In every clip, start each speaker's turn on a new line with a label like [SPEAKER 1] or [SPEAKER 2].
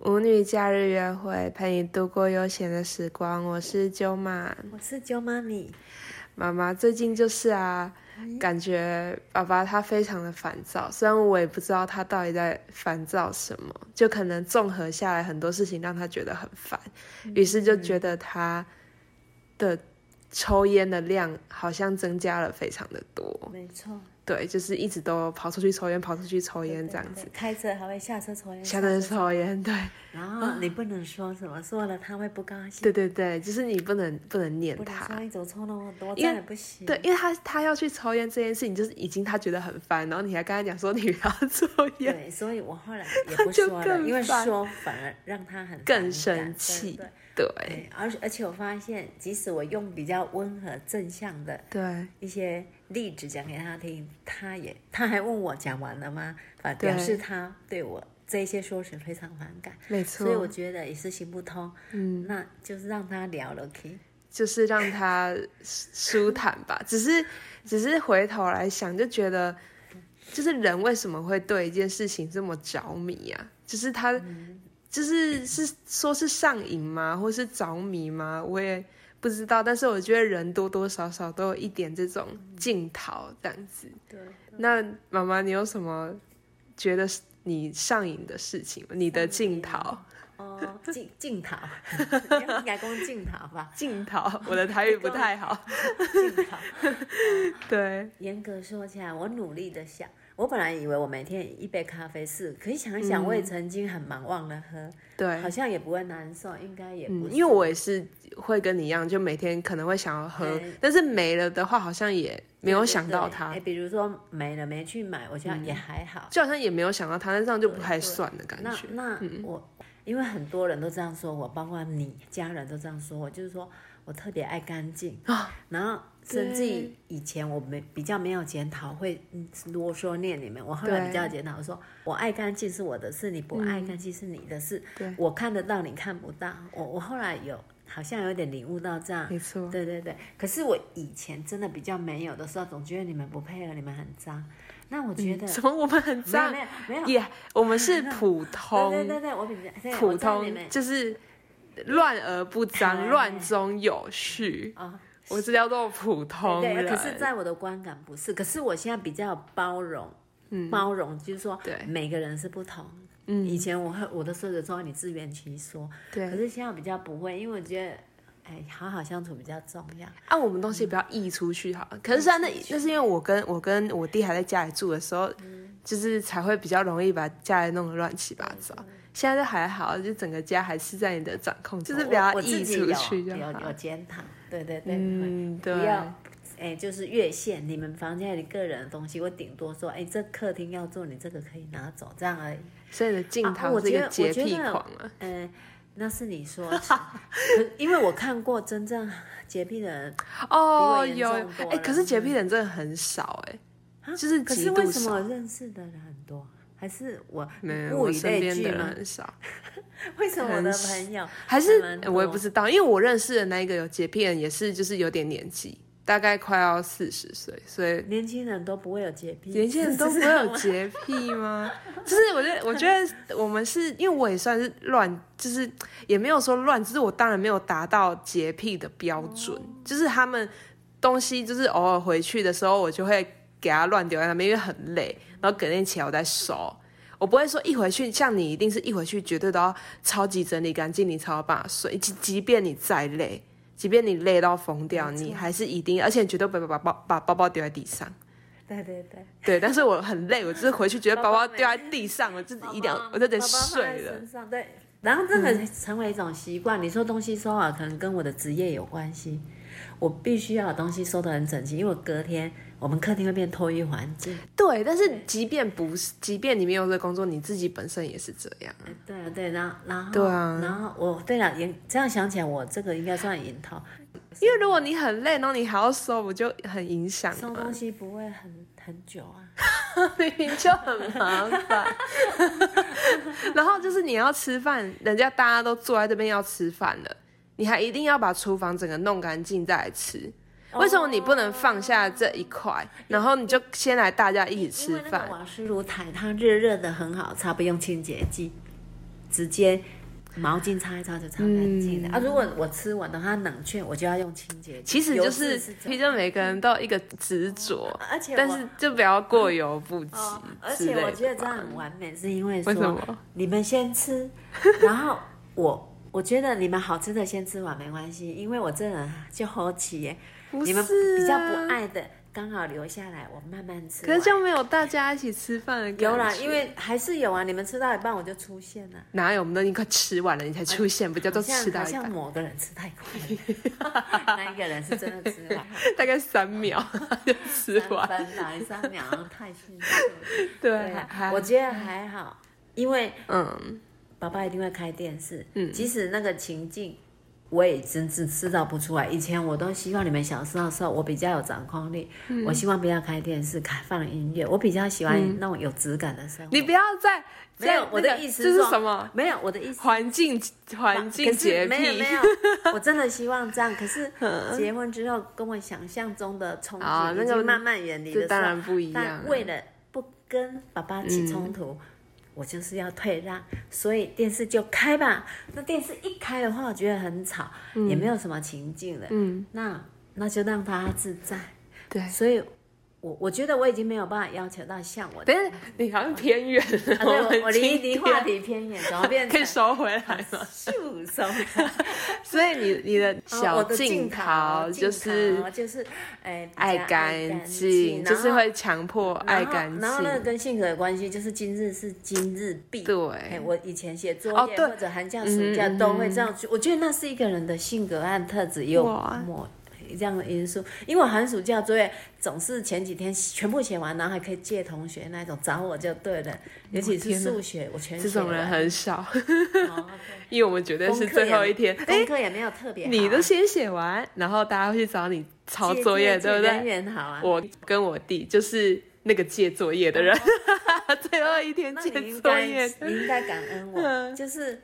[SPEAKER 1] 舞女假日约会，陪你度过悠闲的时光。我是舅妈，
[SPEAKER 2] 我是舅妈咪。
[SPEAKER 1] 妈妈最近就是啊，感觉爸爸他非常的烦躁，虽然我也不知道他到底在烦躁什么，就可能综合下来很多事情让他觉得很烦，
[SPEAKER 2] 嗯
[SPEAKER 1] 于是就觉得他的抽烟的量好像增加了非常的多。
[SPEAKER 2] 没错，
[SPEAKER 1] 对，就是一直都跑出去抽烟，跑出去抽
[SPEAKER 2] 对
[SPEAKER 1] 烟
[SPEAKER 2] 对
[SPEAKER 1] 这样子
[SPEAKER 2] 对，开车还会下车抽烟，
[SPEAKER 1] 下次抽烟，对，
[SPEAKER 2] 然后你不能说什么，说了他会不高兴。
[SPEAKER 1] 对对对，就是你不能不能念
[SPEAKER 2] 不能
[SPEAKER 1] 他，
[SPEAKER 2] 说你怎么抽那么多，这
[SPEAKER 1] 因为
[SPEAKER 2] 样也不行。
[SPEAKER 1] 对，因为他他要去抽烟这件事情，就是已经他觉得很烦，然后你还跟他讲说你不要 抽烟，
[SPEAKER 2] 对，所以我后来也不
[SPEAKER 1] 就
[SPEAKER 2] 说了，
[SPEAKER 1] 更
[SPEAKER 2] 因为
[SPEAKER 1] 烦
[SPEAKER 2] 说反而让他很
[SPEAKER 1] 更
[SPEAKER 2] 反
[SPEAKER 1] 生
[SPEAKER 2] 感对
[SPEAKER 1] 气
[SPEAKER 2] 对
[SPEAKER 1] 对
[SPEAKER 2] 对，而且而且我发现，即使我用比较温和正向的
[SPEAKER 1] 对
[SPEAKER 2] 一些例子讲给他听，他也他还问我讲完了吗？反
[SPEAKER 1] 对
[SPEAKER 2] 表示他对我这些说辞非常反感，
[SPEAKER 1] 没
[SPEAKER 2] 所以我
[SPEAKER 1] 错，
[SPEAKER 2] 觉得也是行不通。嗯，那就是让他聊了可以。
[SPEAKER 1] 就是让他舒坦吧。 只是只是回头来想，就觉得就是人为什么会对一件事情这么着迷啊？就是他就是是说是上瘾吗，或是着迷吗？我也不知道，但是我觉得人多多少少都有一点这种镜头这样子。
[SPEAKER 2] 对，
[SPEAKER 1] 那妈妈，你有什么觉得是你上瘾的事情吗？你的镜头，
[SPEAKER 2] 哦，镜镜头， 应该讲镜头吧，
[SPEAKER 1] 镜头，我的台语不太 好。
[SPEAKER 2] 镜头。
[SPEAKER 1] 对，
[SPEAKER 2] 严格说起来，我努力的想，我本来以为我每天一杯咖啡是，可是想一想，我也曾经很忙忘了喝，
[SPEAKER 1] 对
[SPEAKER 2] 好，像也不会难受，应该也不
[SPEAKER 1] 嗯，
[SPEAKER 2] 是、
[SPEAKER 1] 因为我也是会跟你一样，就每天可能会想要喝
[SPEAKER 2] 对，
[SPEAKER 1] 但是没了的话，好像也没有想到嗯
[SPEAKER 2] 哎、
[SPEAKER 1] 它
[SPEAKER 2] 诶，比如说没了没去买，我觉得也还好。
[SPEAKER 1] 就好像也没有想到它，那这样就不太
[SPEAKER 2] 对对
[SPEAKER 1] 算的感
[SPEAKER 2] 那
[SPEAKER 1] 觉。嗯
[SPEAKER 2] 那我、因为很多人都这样说我，包括你家人都这样说我，就是说我特别爱干净然后甚至于
[SPEAKER 1] 啊对
[SPEAKER 2] 以前我没比较没有检讨，会嗯啰嗦念你们。我后来
[SPEAKER 1] 对嗯
[SPEAKER 2] 比较检讨，我说我爱干净是我的事，你不爱干净是你的事。
[SPEAKER 1] 对
[SPEAKER 2] 我看得到，你看不到。我我后来有好像有点领悟到这样，
[SPEAKER 1] 没错，
[SPEAKER 2] 对对对，可是我以前真的比较没有的时候，总觉得你们不配合，你们很脏。那我觉得、
[SPEAKER 1] 什么我们很
[SPEAKER 2] 没有
[SPEAKER 1] 嗯脏
[SPEAKER 2] 没有没有，
[SPEAKER 1] 也我们是普
[SPEAKER 2] 对对
[SPEAKER 1] 通
[SPEAKER 2] 对对，我比较对
[SPEAKER 1] 普
[SPEAKER 2] 我知道你们
[SPEAKER 1] 通，就是乱而不脏，
[SPEAKER 2] 哎
[SPEAKER 1] 乱中有序。
[SPEAKER 2] 啊、
[SPEAKER 1] 我是叫做普通
[SPEAKER 2] 对
[SPEAKER 1] 人，
[SPEAKER 2] 对，可是在我的观感不是，可是我现在比较包容，包容就是说
[SPEAKER 1] 嗯对
[SPEAKER 2] 每个人是不同。
[SPEAKER 1] 嗯
[SPEAKER 2] 以前我会我都说着说你自圆其说，
[SPEAKER 1] 对
[SPEAKER 2] 可是现在我比较不会，因为我觉得。哎，好好相处比较重要。
[SPEAKER 1] 按啊我们东西不要溢出去好了。可是虽然那那是因为我跟我跟我弟还在家里住的时候，
[SPEAKER 2] 嗯
[SPEAKER 1] 就是才会比较容易把家里弄得乱七八糟。
[SPEAKER 2] 嗯
[SPEAKER 1] 现在就还好，就整个家还是在你的掌控，就是不
[SPEAKER 2] 哦我
[SPEAKER 1] 要
[SPEAKER 2] 我自
[SPEAKER 1] 溢
[SPEAKER 2] 己
[SPEAKER 1] 出
[SPEAKER 2] 有
[SPEAKER 1] 去就
[SPEAKER 2] 有
[SPEAKER 1] 好
[SPEAKER 2] 有。检讨，对对对，
[SPEAKER 1] 嗯，对
[SPEAKER 2] 不，要，哎，就是越线，你们房间里个人的东西，我顶多说，哎，这客厅要做，你这个可以拿走，这样而已。
[SPEAKER 1] 所以你的镜
[SPEAKER 2] 啊
[SPEAKER 1] 头
[SPEAKER 2] 我
[SPEAKER 1] 是一
[SPEAKER 2] 觉得
[SPEAKER 1] 个洁
[SPEAKER 2] 我觉
[SPEAKER 1] 癖
[SPEAKER 2] 得
[SPEAKER 1] 狂啊。
[SPEAKER 2] 嗯、那是你说的 可因为我看过真正洁癖的人，
[SPEAKER 1] 哦，
[SPEAKER 2] 啊我严
[SPEAKER 1] 有
[SPEAKER 2] 重多
[SPEAKER 1] 哎，
[SPEAKER 2] 了
[SPEAKER 1] 可是洁癖人真的很少哎，
[SPEAKER 2] 啊
[SPEAKER 1] 就是
[SPEAKER 2] 可
[SPEAKER 1] 极
[SPEAKER 2] 是
[SPEAKER 1] 度
[SPEAKER 2] 为什
[SPEAKER 1] 少
[SPEAKER 2] 么我认识的人很多？还是我
[SPEAKER 1] 没有，
[SPEAKER 2] 物
[SPEAKER 1] 我
[SPEAKER 2] 嗯以
[SPEAKER 1] 身
[SPEAKER 2] 类
[SPEAKER 1] 边
[SPEAKER 2] 聚
[SPEAKER 1] 的人
[SPEAKER 2] 吗？
[SPEAKER 1] 很少。
[SPEAKER 2] 为什么我的
[SPEAKER 1] 很
[SPEAKER 2] 朋友
[SPEAKER 1] 还是
[SPEAKER 2] 蛮
[SPEAKER 1] 呃我也
[SPEAKER 2] 多
[SPEAKER 1] 不知道，因为我认识的那一个有洁癖人也是，就是有点年纪，大概快要四十岁，所以
[SPEAKER 2] 年轻人都不会有洁癖？
[SPEAKER 1] 年轻人都
[SPEAKER 2] 是
[SPEAKER 1] 不会有洁癖吗？ 就是我觉得，我觉得我们是因为我也算是乱，就是也没有说乱，只是我当然没有达到洁癖的标准，
[SPEAKER 2] 哦
[SPEAKER 1] 就是他们东西就是偶尔回去的时候，我就会给他乱丢在那边，因为很累，然后隔天起来我再收。我不会说一回去，像你一定是一回去绝对都要超级整理干净，你才有办法睡。即即便你再累，即便你累到疯掉，
[SPEAKER 2] 没错
[SPEAKER 1] 你还是一定，而且你绝对不会把包把包包丢在地上。
[SPEAKER 2] 对对对，
[SPEAKER 1] 对，但是我很累，我就是回去觉得包
[SPEAKER 2] 包包
[SPEAKER 1] 包掉在地上，我自己一定要，我就得
[SPEAKER 2] 包包放在
[SPEAKER 1] 睡了
[SPEAKER 2] 身。上对，然后这个成为一种习惯。你说东西收好，可能跟我的职业有关系。我必须要把东西收得很整齐，因为我隔天我们客厅会变脱衣环境。
[SPEAKER 1] 对，但是即便不是，即便你没有这个工作，你自己本身也是这样。
[SPEAKER 2] 哎对啊，对，然后然后
[SPEAKER 1] 对啊
[SPEAKER 2] 然后我对了，也这样想起来，我这个应该算引头。
[SPEAKER 1] 因为如果你很累，然后你还要收，不就很影响
[SPEAKER 2] 收
[SPEAKER 1] 吗
[SPEAKER 2] 东？西不会很很久啊，
[SPEAKER 1] 明明就很麻烦。 然后就是你要吃饭，人家大家都坐在这边要吃饭了，你还一定要把厨房整个弄干净再来吃。为什么你不能放下这一块，然后你就先来大家一起
[SPEAKER 2] 因
[SPEAKER 1] 吃
[SPEAKER 2] 为那
[SPEAKER 1] 饭
[SPEAKER 2] 个？瓦斯炉台它热热的很好擦，不用清洁剂。直接毛巾擦一擦就擦干净了、啊。如果我吃完的话冷却，我就要用清洁剂。
[SPEAKER 1] 嗯其实就
[SPEAKER 2] 油
[SPEAKER 1] 是
[SPEAKER 2] 脂是，这
[SPEAKER 1] 其实
[SPEAKER 2] 样
[SPEAKER 1] 就每个人都有一个执着，
[SPEAKER 2] 而且我
[SPEAKER 1] 但是就不要过犹不及
[SPEAKER 2] 哦，而
[SPEAKER 1] 之
[SPEAKER 2] 且我
[SPEAKER 1] 类
[SPEAKER 2] 觉得
[SPEAKER 1] 的
[SPEAKER 2] 这样
[SPEAKER 1] 吧。
[SPEAKER 2] 很完美，是因为
[SPEAKER 1] 为什
[SPEAKER 2] 说
[SPEAKER 1] 么
[SPEAKER 2] 你们 先吃，然后我我觉得你们好吃的先吃完没关系，因为我这人就好奇耶，
[SPEAKER 1] 不
[SPEAKER 2] 你们
[SPEAKER 1] 是
[SPEAKER 2] 比较不
[SPEAKER 1] 啊
[SPEAKER 2] 爱的刚好留下来，我慢慢吃
[SPEAKER 1] 可
[SPEAKER 2] 完。
[SPEAKER 1] 是这样没有大家一起吃饭的感觉。
[SPEAKER 2] 有啦，因为还是有啊，你们吃到一半我就出现了。
[SPEAKER 1] 哪有我们都已经快吃完了，你才出现，不叫
[SPEAKER 2] 好
[SPEAKER 1] 做
[SPEAKER 2] 像
[SPEAKER 1] 吃到
[SPEAKER 2] 好
[SPEAKER 1] 一
[SPEAKER 2] 像
[SPEAKER 1] 半，
[SPEAKER 2] 某个人吃太快了，那一个人是真的吃 完，
[SPEAKER 1] 大概三 秒就吃
[SPEAKER 2] 三
[SPEAKER 1] 完。
[SPEAKER 2] 分来三秒太迅速了。
[SPEAKER 1] 啊对，
[SPEAKER 2] 还
[SPEAKER 1] 还
[SPEAKER 2] 我觉得还好，因为
[SPEAKER 1] 嗯，
[SPEAKER 2] 爸爸一定会开电视。嗯，即使那个情境，我也真是制造不出来。以前我都希望你们小时候的时候，我比较有掌控力，
[SPEAKER 1] 嗯
[SPEAKER 2] 我希望不要开电视，开放音乐，我比较喜欢那种有质感的生活。
[SPEAKER 1] 你不要再
[SPEAKER 2] 没有
[SPEAKER 1] 再
[SPEAKER 2] 我
[SPEAKER 1] 那
[SPEAKER 2] 的
[SPEAKER 1] 个
[SPEAKER 2] 意思
[SPEAKER 1] 这
[SPEAKER 2] 说
[SPEAKER 1] 是什么？
[SPEAKER 2] 没有我的意思。
[SPEAKER 1] 环境环境
[SPEAKER 2] 可是
[SPEAKER 1] 洁
[SPEAKER 2] 没有没
[SPEAKER 1] 癖嗯
[SPEAKER 2] 有，我真的希望这样。可是结婚之后，跟我想象中的冲
[SPEAKER 1] 啊
[SPEAKER 2] 突
[SPEAKER 1] 那
[SPEAKER 2] 已
[SPEAKER 1] 个
[SPEAKER 2] 经慢慢远离的时
[SPEAKER 1] 这当
[SPEAKER 2] 候，
[SPEAKER 1] 然不一样啊嗯
[SPEAKER 2] 但为了不跟爸爸起冲突，我就是要退让，所以电视就开吧。那电视一开的话，我觉得很吵，也没有什么情境了。
[SPEAKER 1] 嗯，
[SPEAKER 2] 那那就让他自在。
[SPEAKER 1] 对。
[SPEAKER 2] 所以我，我觉得我已经没有办法要求到像我的。
[SPEAKER 1] 但是你好像偏远了，
[SPEAKER 2] 啊、对，
[SPEAKER 1] 们
[SPEAKER 2] 我我离
[SPEAKER 1] 今
[SPEAKER 2] 离
[SPEAKER 1] 天
[SPEAKER 2] 话题偏远，怎么 变
[SPEAKER 1] 可以
[SPEAKER 2] 成
[SPEAKER 1] 收回来吗？
[SPEAKER 2] 咻 收回来？
[SPEAKER 1] 所以你你的
[SPEAKER 2] 哦我
[SPEAKER 1] 小
[SPEAKER 2] 的
[SPEAKER 1] 镜
[SPEAKER 2] 头
[SPEAKER 1] 头就是
[SPEAKER 2] 镜头就是哎比较
[SPEAKER 1] 爱
[SPEAKER 2] 干
[SPEAKER 1] 干净，就
[SPEAKER 2] 然
[SPEAKER 1] 是
[SPEAKER 2] 后
[SPEAKER 1] 会强迫爱
[SPEAKER 2] 然后
[SPEAKER 1] 干
[SPEAKER 2] 然后那个
[SPEAKER 1] 净。
[SPEAKER 2] 跟性格有关系，就是今日是今日毕。
[SPEAKER 1] 对
[SPEAKER 2] 哎，我以前写作
[SPEAKER 1] 哦
[SPEAKER 2] 业
[SPEAKER 1] 对
[SPEAKER 2] 或者寒假、
[SPEAKER 1] 嗯
[SPEAKER 2] 暑假
[SPEAKER 1] 嗯
[SPEAKER 2] 都会这样去，我觉得那是一个人的性格和特质也有
[SPEAKER 1] 哇
[SPEAKER 2] 某这样的因素。因为我寒暑假作业总是前几天全部写完，然后还可以借同学那种找我就对了，尤其是
[SPEAKER 1] 天哪
[SPEAKER 2] 数学，我全
[SPEAKER 1] 这种人很少，
[SPEAKER 2] 很、哦对
[SPEAKER 1] 因为我们绝对是
[SPEAKER 2] 功课也
[SPEAKER 1] 最后一天。哎
[SPEAKER 2] 功，课也没有特别好啊，
[SPEAKER 1] 你都先写完，然后大家会去找你抄作业，对不
[SPEAKER 2] 人
[SPEAKER 1] 对？
[SPEAKER 2] 缘好啊，
[SPEAKER 1] 我跟我弟就是那个借作业的人， 最后一天
[SPEAKER 2] 哦那
[SPEAKER 1] 借
[SPEAKER 2] 你应
[SPEAKER 1] 作
[SPEAKER 2] 该
[SPEAKER 1] 业。
[SPEAKER 2] 你应该感恩我，
[SPEAKER 1] 嗯
[SPEAKER 2] 就是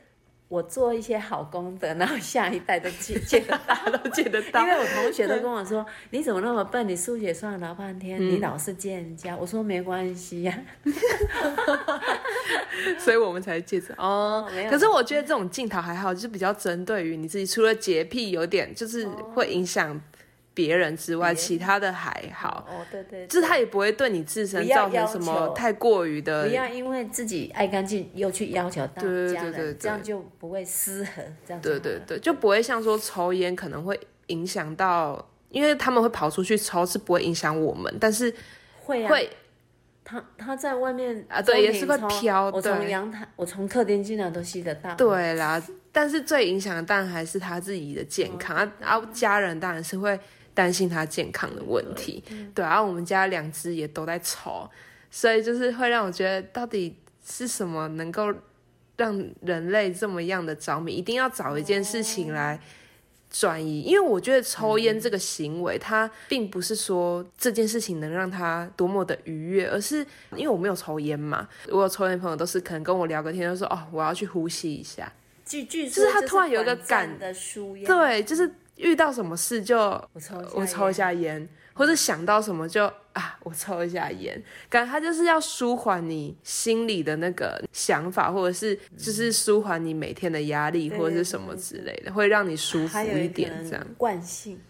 [SPEAKER 2] 我做一些好功德，然后下一代都借借 得到。
[SPEAKER 1] 大家都借得到
[SPEAKER 2] 因，为我同学都跟我说，你怎么那么笨？你数学算了老半天，
[SPEAKER 1] 嗯
[SPEAKER 2] 你老是借人家。我说没关系呀、
[SPEAKER 1] 所以我们才借着哦
[SPEAKER 2] 哦 没有。
[SPEAKER 1] 可是我觉得这种镜头还好，就是比较针对于你自己，除了洁癖有点就是会影响别人之外，
[SPEAKER 2] 哦别人
[SPEAKER 1] 其他的还好。
[SPEAKER 2] 哦，对对
[SPEAKER 1] 就是他也不会对你自身
[SPEAKER 2] 不要
[SPEAKER 1] 造成什
[SPEAKER 2] 要
[SPEAKER 1] 么
[SPEAKER 2] 求
[SPEAKER 1] 太过于
[SPEAKER 2] 不
[SPEAKER 1] 的，
[SPEAKER 2] 要因为自己爱干净又去要求到家
[SPEAKER 1] 对对
[SPEAKER 2] 人，
[SPEAKER 1] 对对对
[SPEAKER 2] 这样就不会失衡。这样就
[SPEAKER 1] 对
[SPEAKER 2] 好
[SPEAKER 1] 对
[SPEAKER 2] 了
[SPEAKER 1] 对，就不会像说抽烟可能会影响到，因为他们会跑出去抽是不会影响我们，但是
[SPEAKER 2] 会啊，
[SPEAKER 1] 会
[SPEAKER 2] 他他在外面
[SPEAKER 1] 啊对
[SPEAKER 2] 中
[SPEAKER 1] 也
[SPEAKER 2] 庭
[SPEAKER 1] 是会
[SPEAKER 2] 抽
[SPEAKER 1] 飘
[SPEAKER 2] 我从
[SPEAKER 1] 对
[SPEAKER 2] 阳台，我从客厅进来都吸得到。
[SPEAKER 1] 对啦，但是最影响的当然还是他自己的健康啊，啊，家人当然是会担心他健康的问题，对啊，我们家两只也都在吵，所以就是会让我觉得到底是什么能够让人类这么样的着迷，一定要找一件事情来。转移，因为我觉得抽烟这个行为，它并不是说这件事情能让他多么的愉悦，而是因为我没有抽烟嘛，我有抽烟的朋友都是可能跟我聊个天，就说哦，我要去呼吸一下，
[SPEAKER 2] 据据
[SPEAKER 1] 就是
[SPEAKER 2] 说
[SPEAKER 1] 他突然有一个
[SPEAKER 2] 短暂
[SPEAKER 1] 感
[SPEAKER 2] 的舒压，
[SPEAKER 1] 对，就是遇到什么事就
[SPEAKER 2] 我抽
[SPEAKER 1] 我抽一下
[SPEAKER 2] 下
[SPEAKER 1] 烟，或者想到什么就啊，我抽一下烟，感觉他就是要舒缓你心里的那个想法，或者是就是舒缓你每天的压力
[SPEAKER 2] 对
[SPEAKER 1] 或者
[SPEAKER 2] 对
[SPEAKER 1] 是什么之类的，会让你舒
[SPEAKER 2] 烟，
[SPEAKER 1] 服
[SPEAKER 2] 还有
[SPEAKER 1] 一
[SPEAKER 2] 可
[SPEAKER 1] 点，
[SPEAKER 2] 能
[SPEAKER 1] 这样
[SPEAKER 2] 惯性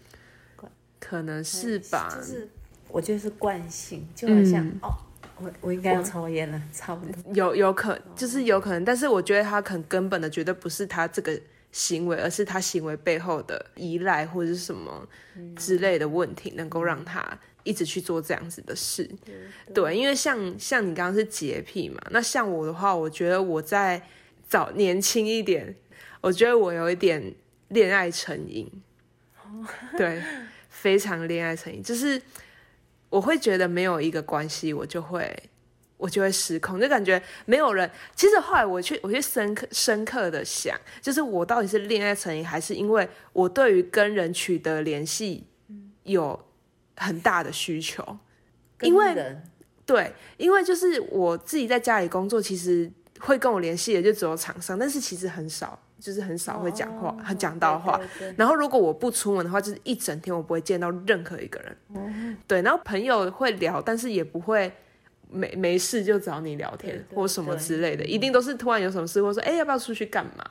[SPEAKER 1] 可能是吧？嗯
[SPEAKER 2] 就是我觉得是惯性，就好像、哦，我我应该要抽烟了，差不 多。
[SPEAKER 1] 有有可就是有可能，但是我觉得他可能根本的绝对不是他这个行为，而是他行为背后的依赖或者是什么之类的问题，能够让他一直去做这样子的事。对，因为像像你刚刚是洁癖嘛，那像我的话，我觉得我在早年轻一点，我觉得我有一点恋爱成瘾， 对，非常恋爱成瘾，就是我会觉得没有一个关系，我就会我就会失控，就感觉没有人。其实后来我去我去深刻深刻的想，就是我到底是恋爱成瘾，还是因为我对于跟人取得联系有很大的需求。因为
[SPEAKER 2] 跟人
[SPEAKER 1] 对，因为就是我自己在家里工作，其实会跟我联系的就只有厂商，但是其实很少，就是很少会讲话，很讲到话。，
[SPEAKER 2] 哦对对
[SPEAKER 1] 然后如果我不出门的话，就是一
[SPEAKER 2] 哦
[SPEAKER 1] 整天我不会见到任何一个人。对，然后朋友会聊，但是也不会没没事就找你聊天
[SPEAKER 2] 对对嗯
[SPEAKER 1] 或什么之类的，一定都是突然有什么事，或说哎、要不要出去干嘛，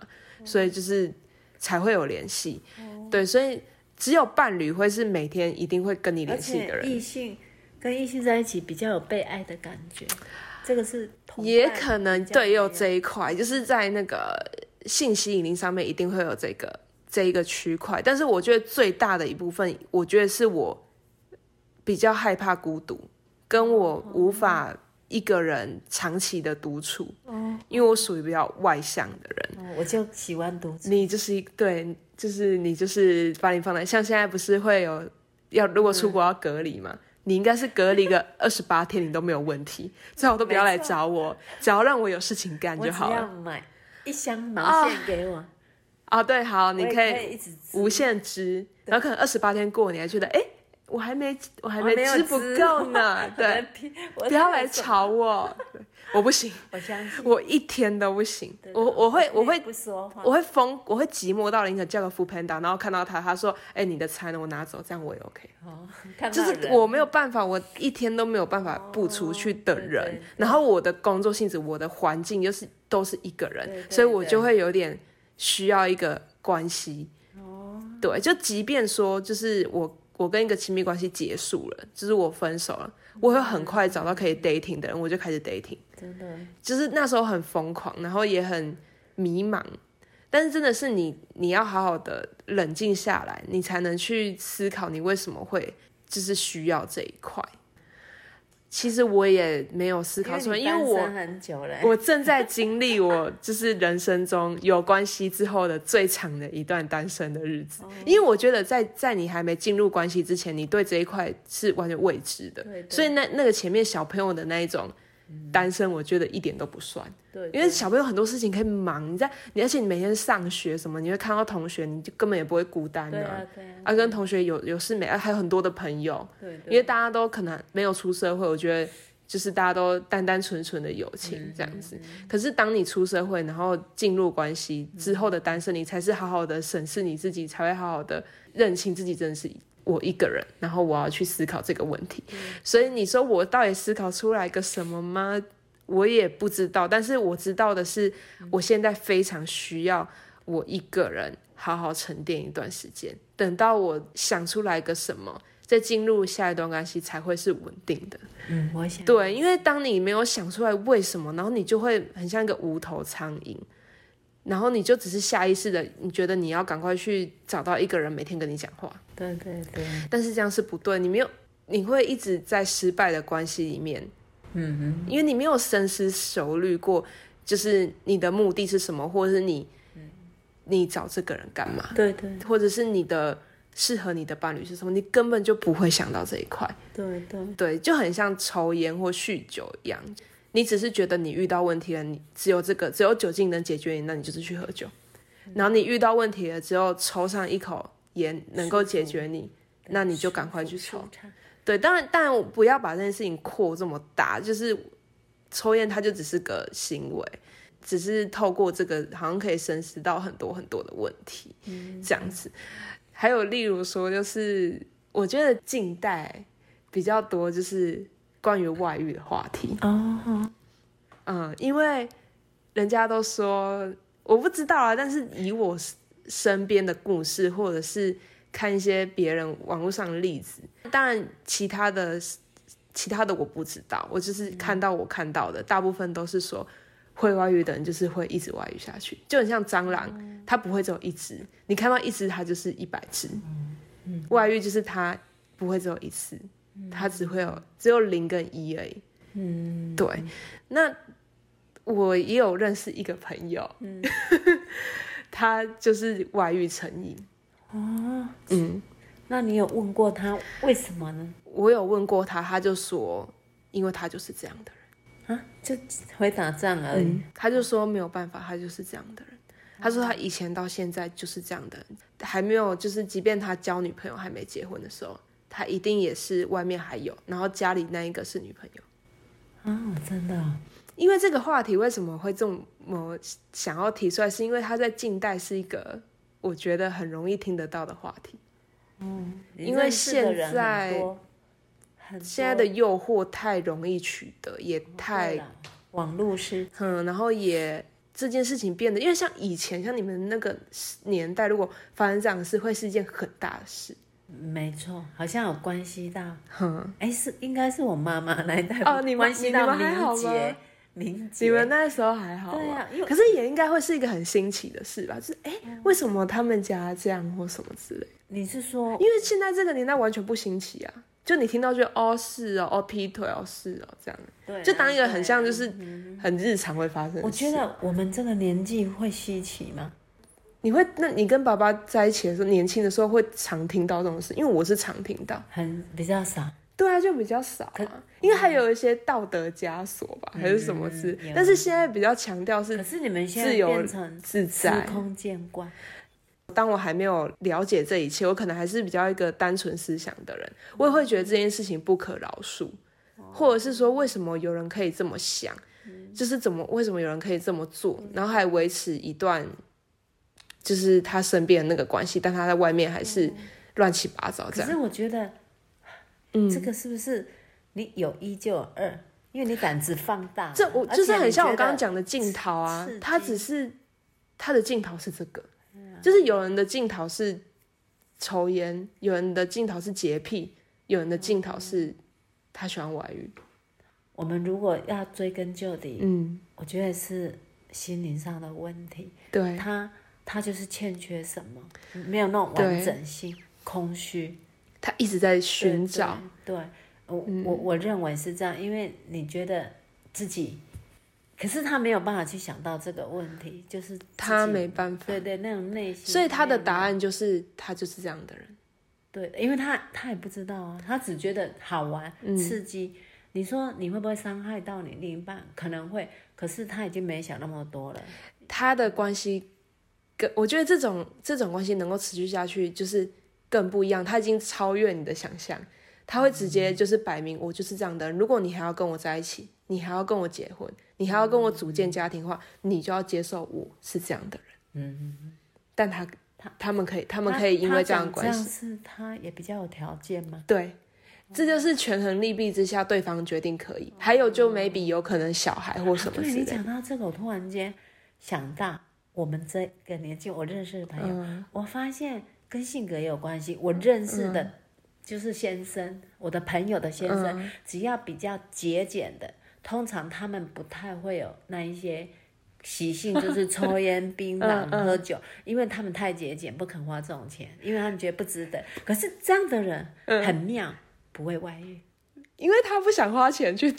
[SPEAKER 1] 所以就是才会有联系。
[SPEAKER 2] 哦
[SPEAKER 1] 对，所以只有伴侣会是每天一定会跟你
[SPEAKER 2] 而
[SPEAKER 1] 联系的
[SPEAKER 2] 且
[SPEAKER 1] 人，
[SPEAKER 2] 异性跟异性在一起比较有被爱的感觉，这个是同伴
[SPEAKER 1] 也可能
[SPEAKER 2] 比较
[SPEAKER 1] 对也有
[SPEAKER 2] 没
[SPEAKER 1] 这一块，就是在那个性吸引力上面一定会有这个这一个区块，但是我觉得最大的一部分，我觉得是我比较害怕孤独，跟
[SPEAKER 2] 哦
[SPEAKER 1] 我无法一个人长期的独处，因为我属于比较外向的人。
[SPEAKER 2] 哦我就喜欢独处。
[SPEAKER 1] 你就是一对，就是你就是把你放在像现在不是会有要如果出国要隔离嘛，
[SPEAKER 2] 嗯
[SPEAKER 1] 你应该是隔离个 二十八天，你都没有问题，最好都不要来找我，只要让我有事情干
[SPEAKER 2] 我
[SPEAKER 1] 就
[SPEAKER 2] 只
[SPEAKER 1] 好
[SPEAKER 2] 要
[SPEAKER 1] 了。
[SPEAKER 2] 买一箱毛线给我，
[SPEAKER 1] 啊，对，好，
[SPEAKER 2] 我
[SPEAKER 1] 你
[SPEAKER 2] 也
[SPEAKER 1] 可
[SPEAKER 2] 可
[SPEAKER 1] 以
[SPEAKER 2] 以一直织
[SPEAKER 1] 无限织，然后可能二十八天过，你还觉得哎，我还没我还
[SPEAKER 2] 我
[SPEAKER 1] 没
[SPEAKER 2] 没有
[SPEAKER 1] 织不
[SPEAKER 2] 织
[SPEAKER 1] 够呢，
[SPEAKER 2] 我在
[SPEAKER 1] 对，
[SPEAKER 2] 拼，
[SPEAKER 1] 不
[SPEAKER 2] 不
[SPEAKER 1] 要来。吵我，对我不行，
[SPEAKER 2] 我相信
[SPEAKER 1] 我一天都不行，
[SPEAKER 2] 对
[SPEAKER 1] 我
[SPEAKER 2] 对
[SPEAKER 1] 我会我
[SPEAKER 2] 可以
[SPEAKER 1] 会
[SPEAKER 2] 不说话，
[SPEAKER 1] 我会疯，我会寂寞到宁可叫个 Food Panda，然后看到他，他说：“哎、你的餐我拿走，这样我也 OK。
[SPEAKER 2] 哦看”
[SPEAKER 1] 就
[SPEAKER 2] 到
[SPEAKER 1] 是
[SPEAKER 2] 人哦
[SPEAKER 1] 我没有办法，我一天都没有办法不出去的人。
[SPEAKER 2] 对对对
[SPEAKER 1] 然后我的工作性质，我的环境又是都是一个人，
[SPEAKER 2] 对对
[SPEAKER 1] 所以我就会有点需要一个关系。哦，对，就即便说就是我我跟一个亲密关系结束了，就是我分手了，我会很快找到可以
[SPEAKER 2] 嗯
[SPEAKER 1] dating 的人，我就开始 dating。
[SPEAKER 2] 真的
[SPEAKER 1] 就是那时候很疯狂，然后也很迷茫，但是真的是你，你要好好的冷静下来，你才能去思考你为什么会就是需要这一块。其实我也没有思考出来，因为
[SPEAKER 2] 你单
[SPEAKER 1] 我
[SPEAKER 2] 身很久了，
[SPEAKER 1] 我正在经历我就是人生中有关系之后的最长的一段单身的日
[SPEAKER 2] 哦
[SPEAKER 1] 子，因为我觉得在在你还没进入关系之前，你对这一块是完全未知的，
[SPEAKER 2] 对对嗯
[SPEAKER 1] 所以那那个前面小朋友的那一种单身，我觉得一点都不算。
[SPEAKER 2] 对，
[SPEAKER 1] 因为小朋友很多事情可以忙，你在你而且你每天上学什么，你会看到同学，你就根本也不会孤单
[SPEAKER 2] 对
[SPEAKER 1] 啊
[SPEAKER 2] 啊对啊，
[SPEAKER 1] 啊，跟同学有有事没，啊还有很多的朋友，
[SPEAKER 2] 对
[SPEAKER 1] 因为大家都可能没有出社会，我觉得就是大家都单单纯纯的友情这样子。可是当你出社会，然后进入关系之后的单身，你才是好好的审视你自己，才会好好的认清自己真的是我一个人，然后我要去思考这个问题。所以你说我到底思考出来个什么吗？我也不知道，但是我知道的是，我现在非常需要我一个人好好沉淀一段时间，等到我想出来个什么，再进入下一段关系才会是稳定的。
[SPEAKER 2] 嗯，我想
[SPEAKER 1] 对，因为当你没有想出来为什么，然后你就会很像一个无头苍蝇，然后你就只是下意识的，你觉得你要赶快去找到一个人每天跟你讲话，
[SPEAKER 2] 对对对，
[SPEAKER 1] 但是这样是不对，你没有，你会一直在失败的关系里面，嗯哼，因为你没有深思熟虑过，就是你的目的是什么，或者是你，你找这个人干嘛？
[SPEAKER 2] 对对
[SPEAKER 1] 或者是你的适合你的伴侣是什么，你根本就不会想到这一块。
[SPEAKER 2] 对对，
[SPEAKER 1] 对，就很像抽烟或酗酒一样，你只是觉得你遇到问题了，你只有这个，只有酒精能解决你，那你就是去喝酒。然后你遇到问题了，只有抽上一口烟能够解决你，那你就赶快去抽
[SPEAKER 2] 舒。畅
[SPEAKER 1] 对，当然，当然我不要把这件事情扩这么大，就是抽烟它就只是个行为，只是透过这个好像可以深思到很多很多的问题，这样子。还有例如说，就是我觉得近代比较多就是关于外遇的话题，
[SPEAKER 2] 哦，
[SPEAKER 1] 嗯，因为人家都说我不知道啊，但是以我身边的故事，或者是看一些别人网络上的例子，当然其他的其他的我不知道，我就是看到我看到的，大部分都是说会外遇的人就是会一直外遇下去，就很像蟑螂，它不会只有一只，你看到一只它就是一百只，外遇就是它不会只有一次，它只会有只有零跟一而已。嗯，对，那我也有认识一个朋友， 他就是外遇成瘾。哦嗯
[SPEAKER 2] 那你有问过他为什么呢？
[SPEAKER 1] 我有问过他，他就说，因为他就是这样的人，
[SPEAKER 2] 啊，就回答这样而已。
[SPEAKER 1] 他就说没有办法，他就是这样的人。他说他以前到现在就是这样的人，还没有就是，即便他交女朋友还没结婚的时候，他一定也是外面还有，然后家里那一个是女朋友。嗯
[SPEAKER 2] 啊，真的哦，
[SPEAKER 1] 因为这个话题为什么会这么想要提出来，是因为它在近代是一个我觉得很容易听得到的话题。
[SPEAKER 2] 你
[SPEAKER 1] 因为
[SPEAKER 2] 认识的
[SPEAKER 1] 现
[SPEAKER 2] 人很
[SPEAKER 1] 在
[SPEAKER 2] 多很多
[SPEAKER 1] 现在的诱惑太容易取得，也太
[SPEAKER 2] 对啦网络是
[SPEAKER 1] 嗯，然后也这件事情变得，因为像以前像你们那个年代，如果发生这样的事，会是一件很大的事。
[SPEAKER 2] 没错，好像有关系到，
[SPEAKER 1] 哼，
[SPEAKER 2] 哎，是应该是我妈妈那一代
[SPEAKER 1] 哦你们
[SPEAKER 2] 关系
[SPEAKER 1] 你
[SPEAKER 2] 到
[SPEAKER 1] 们还好
[SPEAKER 2] 明
[SPEAKER 1] 吗
[SPEAKER 2] 节，明节
[SPEAKER 1] 你们那时候还好
[SPEAKER 2] 对
[SPEAKER 1] 吗
[SPEAKER 2] 啊因为嗯
[SPEAKER 1] 可是也应该会是一个很新奇的事吧？就是哎，诶为什么他们家这样或什么之类的？
[SPEAKER 2] 你是说
[SPEAKER 1] 因为现在这个年代完全不新奇啊，就你听到就哦是哦，哦劈腿哦是哦这样，
[SPEAKER 2] 对啊
[SPEAKER 1] 就当一个很像
[SPEAKER 2] 对
[SPEAKER 1] 就
[SPEAKER 2] 啊
[SPEAKER 1] 是很日常会发生的事。
[SPEAKER 2] 我觉得我们这个年纪会稀奇吗？
[SPEAKER 1] 你会，那你跟爸爸在一起的时候，年轻的时候会常听到这种事，因为我是常听到。
[SPEAKER 2] 很比较少，
[SPEAKER 1] 对啊，就比较少、
[SPEAKER 2] 可嗯
[SPEAKER 1] 啊，因为还有一些道德枷锁吧，还是什么之
[SPEAKER 2] 嗯有，
[SPEAKER 1] 但是现在比较强调是
[SPEAKER 2] 可是你们现在
[SPEAKER 1] 自由
[SPEAKER 2] 变成
[SPEAKER 1] 自
[SPEAKER 2] 司
[SPEAKER 1] 在。
[SPEAKER 2] 空见惯，
[SPEAKER 1] 当我还没有了解这一切，我可能还是比较一个单纯思想的人，
[SPEAKER 2] 嗯
[SPEAKER 1] 我也会觉得这件事情不可饶恕，
[SPEAKER 2] 哦
[SPEAKER 1] 或者是说为什么有人可以这么想，
[SPEAKER 2] 嗯
[SPEAKER 1] 就是怎么为什么有人可以这么做，然后还维持一段就是他身边的那个关系，但他在外面还
[SPEAKER 2] 哦
[SPEAKER 1] 是乱七八糟这样。
[SPEAKER 2] 可是我觉得，
[SPEAKER 1] 嗯
[SPEAKER 2] 这个是不是你有一就有二？因为你胆子放大了，
[SPEAKER 1] 这我
[SPEAKER 2] 而
[SPEAKER 1] 就是
[SPEAKER 2] 且
[SPEAKER 1] 很
[SPEAKER 2] 你
[SPEAKER 1] 像我
[SPEAKER 2] 觉
[SPEAKER 1] 刚刚
[SPEAKER 2] 得，
[SPEAKER 1] 讲的镜头啊
[SPEAKER 2] 刺，嗯
[SPEAKER 1] 它只是它的镜头是这个，就是有人的镜头是抽烟，有人的镜头是洁癖，有人的镜头是
[SPEAKER 2] 嗯
[SPEAKER 1] 他喜欢外遇，
[SPEAKER 2] 我们如果要追根究底，
[SPEAKER 1] 嗯，
[SPEAKER 2] 我觉得是心灵上的问题，
[SPEAKER 1] 对，
[SPEAKER 2] 他他就是欠缺什么，没有那种完整性，空虚，
[SPEAKER 1] 他一直在
[SPEAKER 2] 对
[SPEAKER 1] 寻找，。嗯
[SPEAKER 2] 对，对我、我我认为是这样，因为你觉得自己，可是他没有办法去想到这个问题，就是自己
[SPEAKER 1] 他没办法，
[SPEAKER 2] 对对那种内心，
[SPEAKER 1] 所以他的
[SPEAKER 2] 那种
[SPEAKER 1] 答案就是他就是这样的人，
[SPEAKER 2] 对，因为他他也不知道啊，他只觉得好玩、
[SPEAKER 1] 嗯
[SPEAKER 2] 刺激。你说你会不会伤害到你另一半？可能会，可是他已经没想那么多了。
[SPEAKER 1] 他的关系跟我觉得这种这种关系能够持续下去，就是更不一样。他已经超越你的想象，他会直接就是摆明我就是这样的人。如果你还要跟我在一起，你还要跟我结婚，你还要跟我组建家庭的话，你就要接受我是这样的人。嗯，但他他他们可以，他
[SPEAKER 2] 他
[SPEAKER 1] 们可以因为这样的
[SPEAKER 2] 他
[SPEAKER 1] 关
[SPEAKER 2] 讲
[SPEAKER 1] 系，
[SPEAKER 2] 这样是他也比较有条件吗？
[SPEAKER 1] 对。这就是权衡利弊之下，对方决定可以。还有就 maybe 有可能小孩或什么
[SPEAKER 2] 啊对
[SPEAKER 1] 之
[SPEAKER 2] 你
[SPEAKER 1] 类的。
[SPEAKER 2] 讲到这个，我突然间想到我们这个年纪，我认识的朋友，
[SPEAKER 1] 嗯
[SPEAKER 2] 我发现跟性格也有关系。我认识
[SPEAKER 1] 嗯
[SPEAKER 2] 的，就是先生，我的朋友的先生，只要比较节俭的，通常他们不太会有那一些。习性就是 抽烟、
[SPEAKER 1] 嗯
[SPEAKER 2] 槟榔、喝酒，因为他们太节俭，不肯花这种钱，因为他们觉得不值得。可是这样的人
[SPEAKER 1] 嗯
[SPEAKER 2] 很妙，不会外遇。
[SPEAKER 1] 因为他不想花钱去，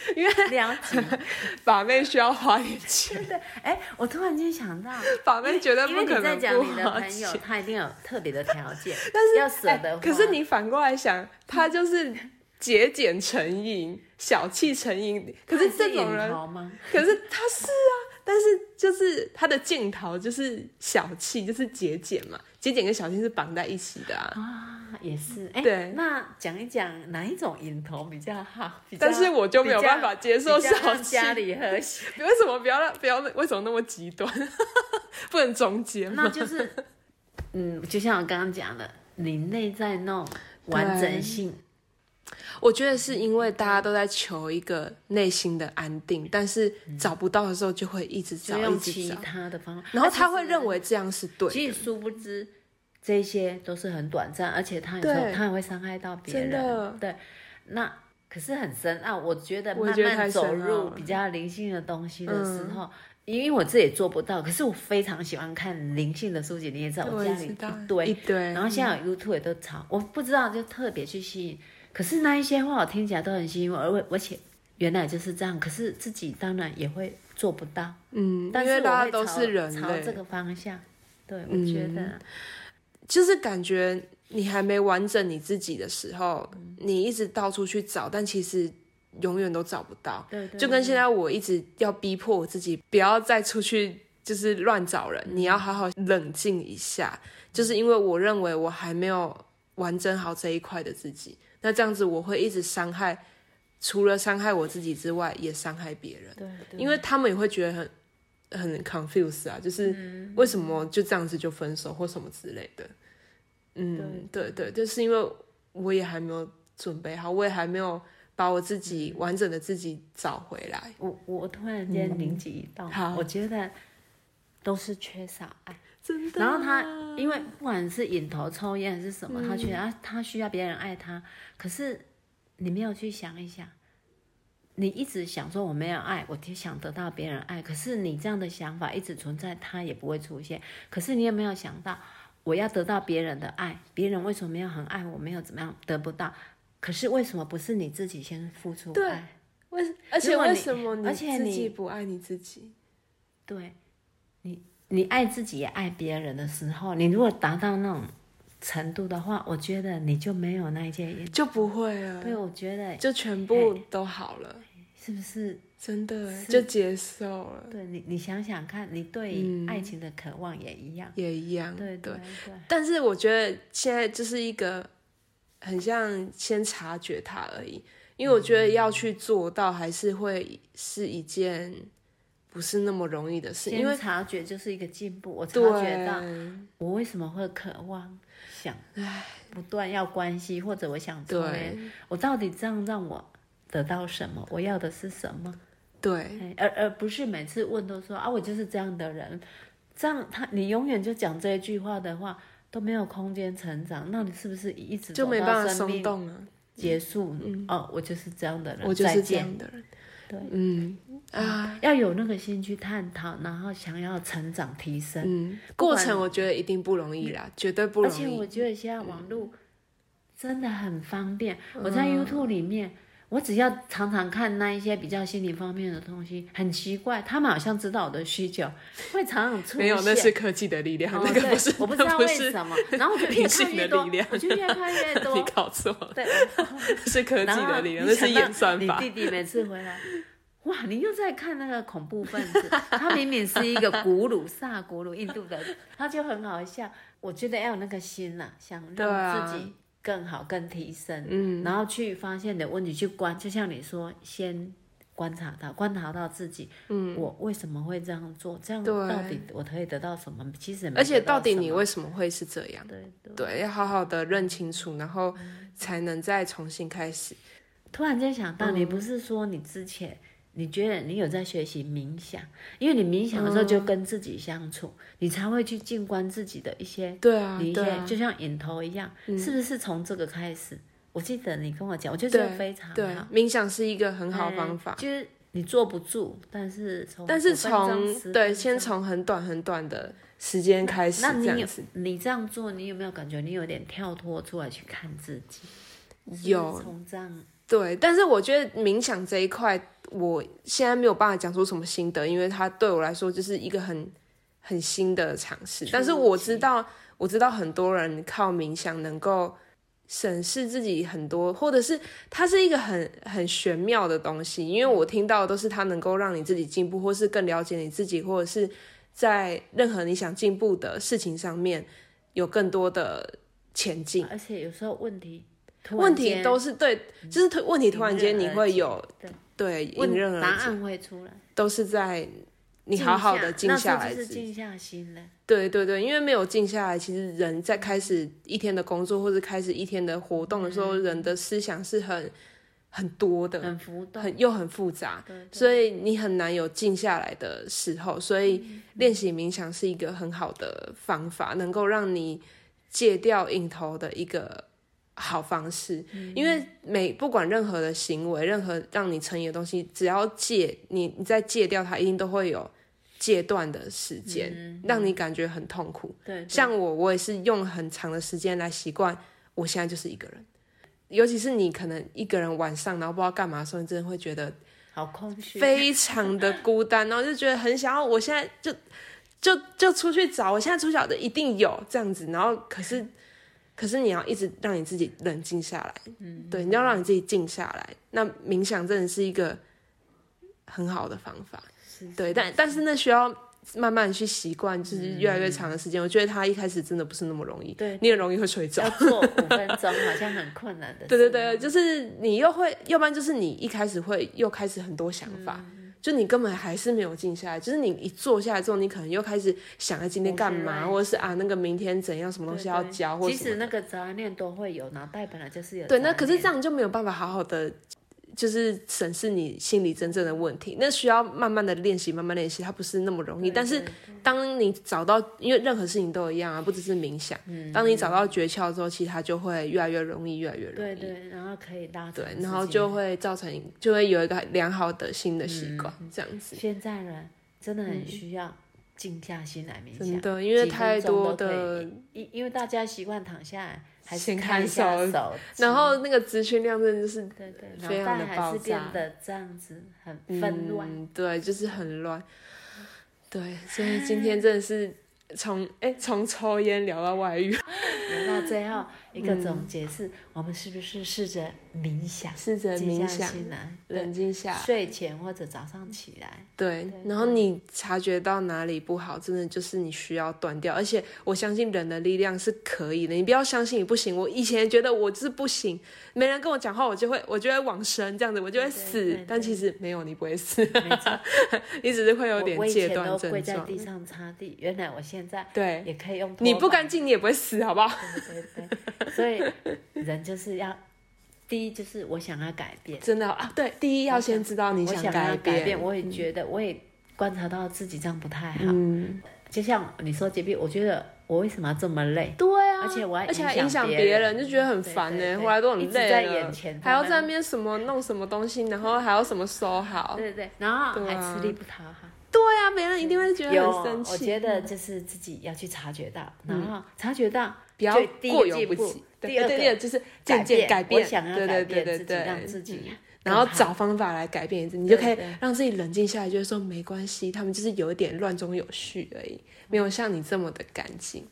[SPEAKER 2] 了 解，
[SPEAKER 1] 把妹需要花点钱。
[SPEAKER 2] 对对。哎，我突然间想到，
[SPEAKER 1] 把妹绝对
[SPEAKER 2] 因为
[SPEAKER 1] 不
[SPEAKER 2] 你
[SPEAKER 1] 可
[SPEAKER 2] 在
[SPEAKER 1] 能
[SPEAKER 2] 讲
[SPEAKER 1] 不
[SPEAKER 2] 你的
[SPEAKER 1] 花
[SPEAKER 2] 朋友，
[SPEAKER 1] 钱
[SPEAKER 2] 他一定有特别的条件，
[SPEAKER 1] 但是
[SPEAKER 2] 要舍 得
[SPEAKER 1] 哎
[SPEAKER 2] 花。
[SPEAKER 1] 可是你反过来想，他就是节俭成瘾、小气成瘾。可是
[SPEAKER 2] 他
[SPEAKER 1] 这种
[SPEAKER 2] 隐
[SPEAKER 1] 人，
[SPEAKER 2] 豪吗？
[SPEAKER 1] 可是他是啊，但是就是他的镜头就是小气，就是节俭嘛，节俭跟小气是绑在一起的啊。
[SPEAKER 2] 啊，也是。哎，
[SPEAKER 1] 对
[SPEAKER 2] 那讲一讲哪一种瘾头比较好？比较
[SPEAKER 1] 但是我就没有办法接受
[SPEAKER 2] 比较让
[SPEAKER 1] 小气
[SPEAKER 2] 家里 和谐，
[SPEAKER 1] 为什么不要让不要为什么那么极端？ 不能中间吗？
[SPEAKER 2] 那就是，嗯，就像我刚刚讲的，你内在那种完整性，
[SPEAKER 1] 我觉得是因为大家都在求一个内心的安定，但是找不到的时候就会一直找，
[SPEAKER 2] 就用
[SPEAKER 1] 一直
[SPEAKER 2] 其
[SPEAKER 1] 找。
[SPEAKER 2] 他的方法。
[SPEAKER 1] 然后
[SPEAKER 2] 啊
[SPEAKER 1] 他会认，为这样是对
[SPEAKER 2] 其实其
[SPEAKER 1] 的，
[SPEAKER 2] 实殊不知。这些都是很短暂，而且他有时候
[SPEAKER 1] 对
[SPEAKER 2] 他也会伤害到别
[SPEAKER 1] 真的
[SPEAKER 2] 人。对，那可是很深奥，我觉得
[SPEAKER 1] 我
[SPEAKER 2] 慢
[SPEAKER 1] 觉得
[SPEAKER 2] 慢
[SPEAKER 1] 太
[SPEAKER 2] 走
[SPEAKER 1] 深奥
[SPEAKER 2] 入
[SPEAKER 1] 了嗯
[SPEAKER 2] 比较灵性的东西的时候，因为我自己也做不到，可是我非常喜欢看灵性的书籍，你也知道我
[SPEAKER 1] 也
[SPEAKER 2] 家
[SPEAKER 1] 知
[SPEAKER 2] 里
[SPEAKER 1] 道
[SPEAKER 2] 一堆，
[SPEAKER 1] 一堆，
[SPEAKER 2] 然后现在有 YouTube 也都炒，我不知道就特别去吸引，可是那一些话我听起来都很吸引我，而我而且原来就是这样，可是自己当然也会做不到，
[SPEAKER 1] 嗯，
[SPEAKER 2] 但
[SPEAKER 1] 因
[SPEAKER 2] 是
[SPEAKER 1] 为
[SPEAKER 2] 我
[SPEAKER 1] 大家
[SPEAKER 2] 会
[SPEAKER 1] 都
[SPEAKER 2] 朝
[SPEAKER 1] 是人
[SPEAKER 2] 朝这
[SPEAKER 1] 类，
[SPEAKER 2] 个方向，对我
[SPEAKER 1] 嗯
[SPEAKER 2] 觉得
[SPEAKER 1] 就是感觉你还没完整你自己的时候，你一直到处去找，但其实永远都找不到。
[SPEAKER 2] 对对，
[SPEAKER 1] 就跟现在我一直要逼迫我自己，不要再出去就是乱找人，你
[SPEAKER 2] 嗯
[SPEAKER 1] 要好好冷静一下，就是因为我认为我还没有完整好这一块的自己，那这样子我会一直伤害，除了伤害我自己之外，也伤害别人。
[SPEAKER 2] 对对，
[SPEAKER 1] 因为他们也会觉得很很 confused 啊，
[SPEAKER 2] 嗯
[SPEAKER 1] 就是为什么就这样子就分手或什么之类的。嗯，对对，就是因为我也还没有准备好，我也还没有把我自己完整的自己找回来。
[SPEAKER 2] 我我突然间灵机一动，
[SPEAKER 1] 好
[SPEAKER 2] 我觉得都是缺少爱。
[SPEAKER 1] 真的。
[SPEAKER 2] 然后他因为不管是瘾头、抽烟还是什么，
[SPEAKER 1] 嗯
[SPEAKER 2] 他觉得啊，他需要别人爱他。可是你没有去想一想，你一直想说我没有爱，我就想得到别人爱。可是你这样的想法一直存在，他也不会出现。可是你也没有想到，我要得到别人的爱，别人为什么没有很爱我，没有怎么样得不到？可是为什么不是你自己先付出
[SPEAKER 1] 对
[SPEAKER 2] 爱？
[SPEAKER 1] 为而且
[SPEAKER 2] 如果
[SPEAKER 1] 为
[SPEAKER 2] 你
[SPEAKER 1] 什么你
[SPEAKER 2] 而且
[SPEAKER 1] 自
[SPEAKER 2] 你
[SPEAKER 1] 己不爱你自己？
[SPEAKER 2] 对你，你爱自己也爱别人的时候，你如果达到那种程度的话，我觉得你就没有那一件瘾。
[SPEAKER 1] 就不会了，
[SPEAKER 2] 对，我觉得
[SPEAKER 1] 就全部都好了，
[SPEAKER 2] 是不是？
[SPEAKER 1] 真的
[SPEAKER 2] 是
[SPEAKER 1] 就接受了，
[SPEAKER 2] 对你，你想想看，你对爱情的渴望也一样。
[SPEAKER 1] 也一样。
[SPEAKER 2] 对对
[SPEAKER 1] 嗯对，
[SPEAKER 2] 对，
[SPEAKER 1] 但是我觉得现在就是一个很像先察觉它而已，因为我觉得要去做到，还是会是一件不是那么容易的事，因为
[SPEAKER 2] 先察觉就是一个进步。我察觉到
[SPEAKER 1] 对
[SPEAKER 2] 我为什么会渴望想不断要关系，或者我想抽烟，
[SPEAKER 1] 对
[SPEAKER 2] 我到底这样让我得到什么？我要的是什么？
[SPEAKER 1] 对
[SPEAKER 2] 哎而而不是每次问都说啊，我就是这样的人，这样他你永远就讲这一句话的话，都没有空间成长，那你是不是一直
[SPEAKER 1] 就
[SPEAKER 2] 走
[SPEAKER 1] 没
[SPEAKER 2] 到
[SPEAKER 1] 办法
[SPEAKER 2] 生
[SPEAKER 1] 松
[SPEAKER 2] 命
[SPEAKER 1] 动啊，
[SPEAKER 2] 结束？哦，我就是这样的人，
[SPEAKER 1] 我就
[SPEAKER 2] 再
[SPEAKER 1] 是这
[SPEAKER 2] 见。
[SPEAKER 1] 样的人。
[SPEAKER 2] 对，
[SPEAKER 1] 嗯啊，
[SPEAKER 2] 要有那个心去探讨，然后想要成长提升。
[SPEAKER 1] 嗯，
[SPEAKER 2] 不
[SPEAKER 1] 过
[SPEAKER 2] 管嗯
[SPEAKER 1] 程我觉得一定不容易啦，绝对不
[SPEAKER 2] 而
[SPEAKER 1] 容
[SPEAKER 2] 且我
[SPEAKER 1] 易。
[SPEAKER 2] 觉得现在网络真的很方便，我在
[SPEAKER 1] 嗯
[SPEAKER 2] YouTube 里面。我只要常常看那一些比较心理方面的东西，很奇怪，他们好像知道我的需求，会常常出现。
[SPEAKER 1] 没有，那是科技的力量，
[SPEAKER 2] 哦
[SPEAKER 1] 那
[SPEAKER 2] 对，
[SPEAKER 1] 个不是，
[SPEAKER 2] 我不知
[SPEAKER 1] 那
[SPEAKER 2] 道
[SPEAKER 1] 不
[SPEAKER 2] 为
[SPEAKER 1] 是
[SPEAKER 2] 什么，然 后我就越
[SPEAKER 1] 理
[SPEAKER 2] 看
[SPEAKER 1] 性的
[SPEAKER 2] 越多
[SPEAKER 1] 力量，
[SPEAKER 2] 我就越看越
[SPEAKER 1] 你
[SPEAKER 2] 多，
[SPEAKER 1] 搞错了，
[SPEAKER 2] 对，
[SPEAKER 1] 是科技
[SPEAKER 2] 然后
[SPEAKER 1] 的力量，
[SPEAKER 2] 你
[SPEAKER 1] 那是
[SPEAKER 2] 想到
[SPEAKER 1] 演算法
[SPEAKER 2] 你。弟弟每次回来。哇，你又在看那个恐怖分子？他明明是一个古鲁萨古鲁印度的，他就很好笑。我觉得要有那个心呐、想
[SPEAKER 1] 对啊
[SPEAKER 2] 让自己更好、更提升，
[SPEAKER 1] 嗯，
[SPEAKER 2] 然后去发现你的问题，去观，就像你说，先观察到，观察到自己，嗯，我为什么会这样做？这样
[SPEAKER 1] 对
[SPEAKER 2] 到底我可以得到什么？其实也没
[SPEAKER 1] 而且
[SPEAKER 2] 得到
[SPEAKER 1] 到底
[SPEAKER 2] 什
[SPEAKER 1] 你
[SPEAKER 2] 么
[SPEAKER 1] 为什么会是这样？
[SPEAKER 2] 对对。嗯
[SPEAKER 1] 对，要好好的认清楚，然后才能再重新开始。
[SPEAKER 2] 突然间想到，你
[SPEAKER 1] 嗯
[SPEAKER 2] 不是说你之前你觉得你有在学习冥想，因为你冥想的时候就跟自己相处，你才会去静观自己的一些，
[SPEAKER 1] 对啊
[SPEAKER 2] 你，一
[SPEAKER 1] 对
[SPEAKER 2] 些
[SPEAKER 1] 啊，嗯
[SPEAKER 2] 就像引头一样，是不是从这个开始？我记得你跟我讲，我觉得这
[SPEAKER 1] 对
[SPEAKER 2] 个非常
[SPEAKER 1] 对
[SPEAKER 2] 好，，
[SPEAKER 1] 冥想是一个很好的方法
[SPEAKER 2] 哎，就是你坐不住，但是从
[SPEAKER 1] 但是
[SPEAKER 2] 5分钟
[SPEAKER 1] 从对先。从很短很短的时间开
[SPEAKER 2] 10
[SPEAKER 1] 始，
[SPEAKER 2] 那
[SPEAKER 1] 这
[SPEAKER 2] 你
[SPEAKER 1] 样
[SPEAKER 2] 有
[SPEAKER 1] 子
[SPEAKER 2] 你这样做，你有没有感觉你有点跳脱出来去看自己？是不是
[SPEAKER 1] 有
[SPEAKER 2] 从这样
[SPEAKER 1] 对，但是我觉得冥想这一块，我现在没有办法讲出什么心得，因为它对我来说就是一个很很新的尝试。
[SPEAKER 2] 初
[SPEAKER 1] 但是我
[SPEAKER 2] 级
[SPEAKER 1] 知道，我知道很多人靠冥想能够审视自己很多，或者是它是一个很很玄妙的东西。因为我听到的都是它能够让你自己进步，或是更了解你自己，或者是在任何你想进步的事情上面有更多的前进。
[SPEAKER 2] 而且有时候问题突然
[SPEAKER 1] 问题
[SPEAKER 2] 间
[SPEAKER 1] 都是对，就是突问题突然间
[SPEAKER 2] 迎
[SPEAKER 1] 你
[SPEAKER 2] 刃而
[SPEAKER 1] 会
[SPEAKER 2] 解
[SPEAKER 1] 有
[SPEAKER 2] 对
[SPEAKER 1] 对
[SPEAKER 2] 问
[SPEAKER 1] 迎刃
[SPEAKER 2] 答
[SPEAKER 1] 而解，
[SPEAKER 2] 案会出来。
[SPEAKER 1] 都是在你好好的静下
[SPEAKER 2] 那
[SPEAKER 1] 来
[SPEAKER 2] 这就是
[SPEAKER 1] 自己。
[SPEAKER 2] 静下心了。
[SPEAKER 1] 对对对，因为没有静下来，其实人在开始一天的工作或者开始一天的活动的时
[SPEAKER 2] 嗯
[SPEAKER 1] 候，人的思想是很很多的，
[SPEAKER 2] 很浮动，
[SPEAKER 1] 很又很复杂，
[SPEAKER 2] 对对
[SPEAKER 1] 所以你很难有静下来的时候。所
[SPEAKER 2] 嗯
[SPEAKER 1] 以练习冥想是一个很好的方法，能够让你戒掉瘾头的一个好方式。
[SPEAKER 2] 嗯
[SPEAKER 1] 因为每不管任何的行为，任何让你成瘾的东西，只要戒你，你再戒掉它，一定都会有戒断的时间，让你感觉很痛苦。
[SPEAKER 2] 嗯对，对
[SPEAKER 1] 像我，我也是用很长的时间来习惯，我现在就是一个人。尤其是你可能一个人晚上，然后不知道干嘛的时候，你真的会觉得
[SPEAKER 2] 好空虚。
[SPEAKER 1] 非常的孤单，然后就觉得很想要，我现在就就就出去找，我现在出去找的一定有这样子。然后可是可是你要一直让你自己冷静下来，嗯，对，你要让你自己静下来。那冥想真的是一个很好的方法，
[SPEAKER 2] 是嗯
[SPEAKER 1] 对，但但是那需要慢慢去习惯，就是越来越长的时间。我觉得他一开始真的不是那么容易，
[SPEAKER 2] 对
[SPEAKER 1] 你很容易会睡着
[SPEAKER 2] 要。做五分钟，好像很 困难的。嗯
[SPEAKER 1] 对对对，，就是你又会，要不然就是你一开始会又开始很多想法，就你根本还是没有静下来。就是你一坐下来之后，你可能又开始想哎今天干嘛，
[SPEAKER 2] 我
[SPEAKER 1] 或者是啊那个明天怎样，什么东西要
[SPEAKER 2] 对对
[SPEAKER 1] 交，啊或者
[SPEAKER 2] 其
[SPEAKER 1] 什么
[SPEAKER 2] 实那个杂念都会有，脑袋本来就是有。
[SPEAKER 1] 对，那可是这。样就没有办法好好的，就是审视你心里真正的问题。那需要慢慢的练习，慢慢练习，它不是那么容易。
[SPEAKER 2] 对
[SPEAKER 1] 但是
[SPEAKER 2] 对
[SPEAKER 1] 当你找到，因为任何事情都一样啊，不只是冥想。
[SPEAKER 2] 嗯
[SPEAKER 1] 当你找到诀窍之后，其实它就会越来越容易，越来越容易。
[SPEAKER 2] 对对，然后可以拉长
[SPEAKER 1] 对
[SPEAKER 2] 自己。
[SPEAKER 1] 然后就会造成，就会有一个良好的新的习惯，
[SPEAKER 2] 嗯
[SPEAKER 1] 这样子。
[SPEAKER 2] 现在人真的很需要静下心来冥
[SPEAKER 1] 嗯真
[SPEAKER 2] 想，
[SPEAKER 1] 的，因为
[SPEAKER 2] 几分
[SPEAKER 1] 太
[SPEAKER 2] 钟
[SPEAKER 1] 多
[SPEAKER 2] 都可
[SPEAKER 1] 的
[SPEAKER 2] 以，因因为大家习惯躺下来，还是
[SPEAKER 1] 先
[SPEAKER 2] 看一
[SPEAKER 1] 看
[SPEAKER 2] 下
[SPEAKER 1] 手
[SPEAKER 2] 手机，
[SPEAKER 1] 然后那个资讯量真的就是
[SPEAKER 2] 对对，脑
[SPEAKER 1] 非常
[SPEAKER 2] 袋
[SPEAKER 1] 地
[SPEAKER 2] 还
[SPEAKER 1] 爆
[SPEAKER 2] 是变
[SPEAKER 1] 炸
[SPEAKER 2] 得这样子很纷乱。
[SPEAKER 1] 嗯，对，就是很乱。对，所以今天真的是从哎从抽烟聊到外 遇，
[SPEAKER 2] 那最后一个
[SPEAKER 1] 嗯
[SPEAKER 2] 总结是，我们是不是试着冥想，
[SPEAKER 1] 试着
[SPEAKER 2] 静
[SPEAKER 1] 冥
[SPEAKER 2] 下
[SPEAKER 1] 想，
[SPEAKER 2] 心来，
[SPEAKER 1] 冷静下来。
[SPEAKER 2] 睡前或者早上起来，
[SPEAKER 1] 对，然后你察觉到哪里不好，真的就是你需要断掉。而且我相信人的力量是可以的，你不要相信你不行。我以前觉得我就是不行，没人跟我讲话，我就会我就会往生这样子，我就会
[SPEAKER 2] 对对
[SPEAKER 1] 死。
[SPEAKER 2] 对对
[SPEAKER 1] 但其实没有，你不会死，
[SPEAKER 2] 没 错，
[SPEAKER 1] 你只是会有
[SPEAKER 2] 我
[SPEAKER 1] 点
[SPEAKER 2] 我以
[SPEAKER 1] 戒
[SPEAKER 2] 前
[SPEAKER 1] 断
[SPEAKER 2] 都
[SPEAKER 1] 症
[SPEAKER 2] 跪在
[SPEAKER 1] 状。
[SPEAKER 2] 地上擦地，原来我现在
[SPEAKER 1] 对，
[SPEAKER 2] 也可以用
[SPEAKER 1] 你
[SPEAKER 2] 拖
[SPEAKER 1] 不
[SPEAKER 2] 把
[SPEAKER 1] 干净你也不会死，好不好？
[SPEAKER 2] 对对对，所以人就是要，第一就是我想要改变，
[SPEAKER 1] 真的啊，对，第一要先知道你
[SPEAKER 2] 我想
[SPEAKER 1] 改
[SPEAKER 2] 要改变，我也觉得，我也观察到自己这样不太好。
[SPEAKER 1] 嗯，
[SPEAKER 2] 就像你说洁癖，我觉得我为什么要这么累？
[SPEAKER 1] 对啊，
[SPEAKER 2] 而且我还
[SPEAKER 1] 而且还
[SPEAKER 2] 影
[SPEAKER 1] 影
[SPEAKER 2] 响
[SPEAKER 1] 响
[SPEAKER 2] 别
[SPEAKER 1] 别
[SPEAKER 2] 人
[SPEAKER 1] 人，就觉得很烦
[SPEAKER 2] 对对
[SPEAKER 1] 呢，
[SPEAKER 2] 对
[SPEAKER 1] 回来都很
[SPEAKER 2] 一直在
[SPEAKER 1] 累了
[SPEAKER 2] 眼前，
[SPEAKER 1] 还要
[SPEAKER 2] 他们
[SPEAKER 1] 在那边什么弄什么东西，然后还要什么收好，
[SPEAKER 2] 对对，然
[SPEAKER 1] 哦
[SPEAKER 2] 后
[SPEAKER 1] 对
[SPEAKER 2] 还
[SPEAKER 1] 啊
[SPEAKER 2] 吃力不讨好。
[SPEAKER 1] 对啊，别人一定会觉
[SPEAKER 2] 有，
[SPEAKER 1] 得很生
[SPEAKER 2] 我
[SPEAKER 1] 气，
[SPEAKER 2] 觉得就是自己要去察觉到，然后察觉到
[SPEAKER 1] 不要
[SPEAKER 2] 就第一个
[SPEAKER 1] 过犹
[SPEAKER 2] 进
[SPEAKER 1] 不
[SPEAKER 2] 步
[SPEAKER 1] 及。
[SPEAKER 2] 第
[SPEAKER 1] 对，
[SPEAKER 2] 二
[SPEAKER 1] 对对，
[SPEAKER 2] 个
[SPEAKER 1] 就是渐渐改
[SPEAKER 2] 变，
[SPEAKER 1] 变，
[SPEAKER 2] 我想要
[SPEAKER 1] 对
[SPEAKER 2] 改
[SPEAKER 1] 对对
[SPEAKER 2] 变
[SPEAKER 1] 对
[SPEAKER 2] 自己，让
[SPEAKER 1] 对。
[SPEAKER 2] 自己更
[SPEAKER 1] 然后
[SPEAKER 2] 好
[SPEAKER 1] 找方法来改变一次，你就可以
[SPEAKER 2] 对对
[SPEAKER 1] 让自己冷静下来，就是说没关系，他们就是有一点乱中有序而已，没有像你这么的干净。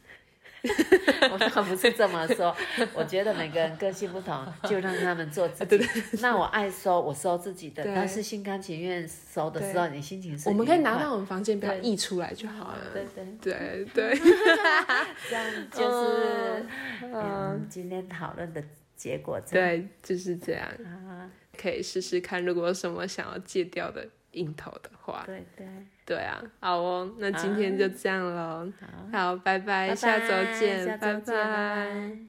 [SPEAKER 2] 我倒不是这么 说，我觉得每个人个性不同，就让他们做自己。那我爱收，我收自己的，
[SPEAKER 1] 对
[SPEAKER 2] 但是心甘情愿收的时候，你心情是
[SPEAKER 1] 我们可以拿
[SPEAKER 2] 愉快
[SPEAKER 1] 到我们房间，不要
[SPEAKER 2] 对
[SPEAKER 1] 溢出来就好了。
[SPEAKER 2] 对
[SPEAKER 1] 对
[SPEAKER 2] 对，
[SPEAKER 1] 对，
[SPEAKER 2] 这样就是
[SPEAKER 1] 嗯，
[SPEAKER 2] 嗯，今天讨论的结果。这样
[SPEAKER 1] 对，就是这样，
[SPEAKER 2] 啊，
[SPEAKER 1] 可以试试看，如果有什么想要戒掉的瘾头的话，
[SPEAKER 2] 对对，
[SPEAKER 1] 对啊，好哦，那今天就这样喽，好，拜拜，
[SPEAKER 2] 拜
[SPEAKER 1] 哎下周
[SPEAKER 2] 拜
[SPEAKER 1] 见，
[SPEAKER 2] 下周见，拜拜。